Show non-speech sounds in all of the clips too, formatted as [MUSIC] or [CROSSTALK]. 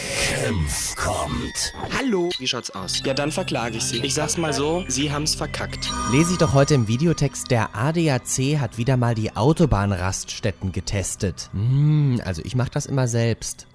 Senf kommt. Hallo. Wie schaut's aus? Ja, dann verklage ich Sie. Ich sag's mal so, Sie haben's verkackt. Lese ich doch heute im Videotext, der ADAC hat wieder mal die Autobahnraststätten getestet. Hm, also ich mache das immer selbst.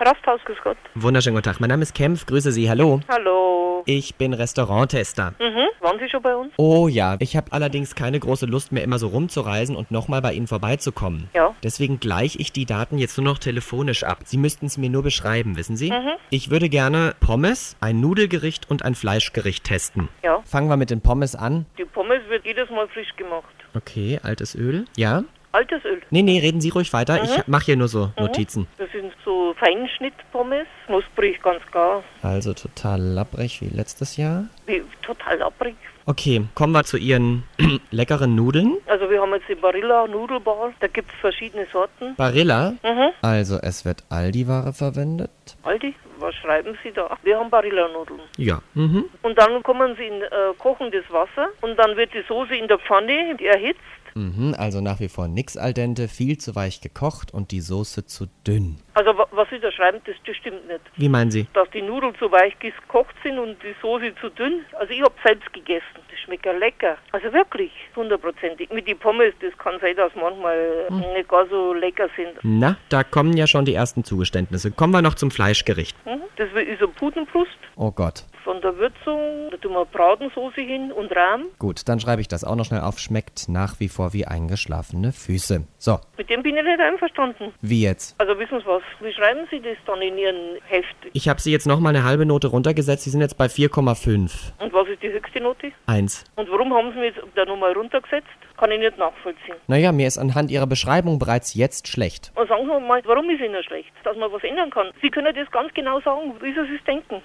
Rasthaus, grüß Gott. Wunderschönen guten Tag, mein Name ist Kempf, grüße Sie, hallo. Hallo. Ich bin Restauranttester. Mhm, waren Sie schon bei uns? Oh ja, ich habe allerdings keine große Lust mehr, immer so rumzureisen und nochmal bei Ihnen vorbeizukommen. Ja. Deswegen gleiche ich die Daten jetzt nur noch telefonisch ab. Sie müssten es mir nur beschreiben, wissen Sie? Ich würde gerne Pommes, ein Nudelgericht und ein Fleischgericht testen. Ja. Fangen wir mit den Pommes an. Die Pommes wird jedes Mal frisch gemacht. Okay, altes Öl. Ja? Altes Öl. Nee, nee, reden Sie ruhig weiter. Ich mache hier nur so Notizen. Das sind so Feinschnitt-Pommes, knusprig, ganz klar. Also total labbrig wie letztes Jahr. Wie, total labbrig. Okay, kommen wir zu Ihren [CLEARS THROAT] leckeren Nudeln. Also wir haben jetzt die Barilla Nudelbar, da gibt's verschiedene Sorten. Barilla. Mhm. Also es wird Aldi-Ware verwendet. Aldi, was schreiben Sie da? Wir haben Barilla-Nudeln. Ja. Mhm. Und dann kommen Sie in äh, kochendes Wasser und dann wird die Soße in der Pfanne erhitzt. Mhm, also nach wie vor nix al dente, viel zu weich gekocht und die Soße zu dünn. Also wa- was Sie da schreiben, das, das stimmt nicht. Wie meinen Sie? dass die Nudeln zu weich gekocht sind und die Soße zu dünn. Also ich habe selbst gegessen. Das schmeckt ja lecker. Also wirklich, hundertprozentig. Mit den Pommes, das kann sein, dass manchmal äh, nicht gar so lecker sind. Na, da kommen ja schon die ersten Zugeständnisse. Kommen wir noch zum Fleischgericht. Mhm. Das ist eine Putenbrust Oh Gott. von der Würzung. Da tun wir Bratensoße hin und Rahm. Gut, dann schreibe ich das auch noch schnell auf. Schmeckt nach wie vor wie eingeschlafene Füße. So, Mit dem bin ich nicht einverstanden. wie jetzt? Also wissen Sie was, wie schreiben Sie das dann in Ihren Heft? Ich habe sie jetzt noch mal eine halbe Note runtergesetzt. Sie sind jetzt bei 4,5. Und was ist die höchste Note? Eins. Und warum haben Sie mich jetzt da nochmal runtergesetzt? Kann ich nicht nachvollziehen. Naja, mir ist anhand Ihrer Beschreibung bereits jetzt schlecht. Und sagen Sie mal, warum ist Ihnen schlecht? Dass man was ändern kann. Sie können das ganz genau sagen, wie Sie es denken.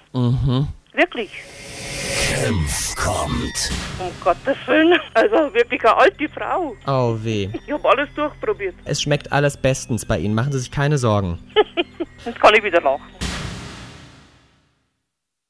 Wirklich. Senf kommt. Um Gottes Willen. Also wirklich eine alte Frau. Oh weh. Ich habe alles durchprobiert. Es schmeckt alles bestens bei Ihnen. Machen Sie sich keine Sorgen. Jetzt kann ich wieder lachen.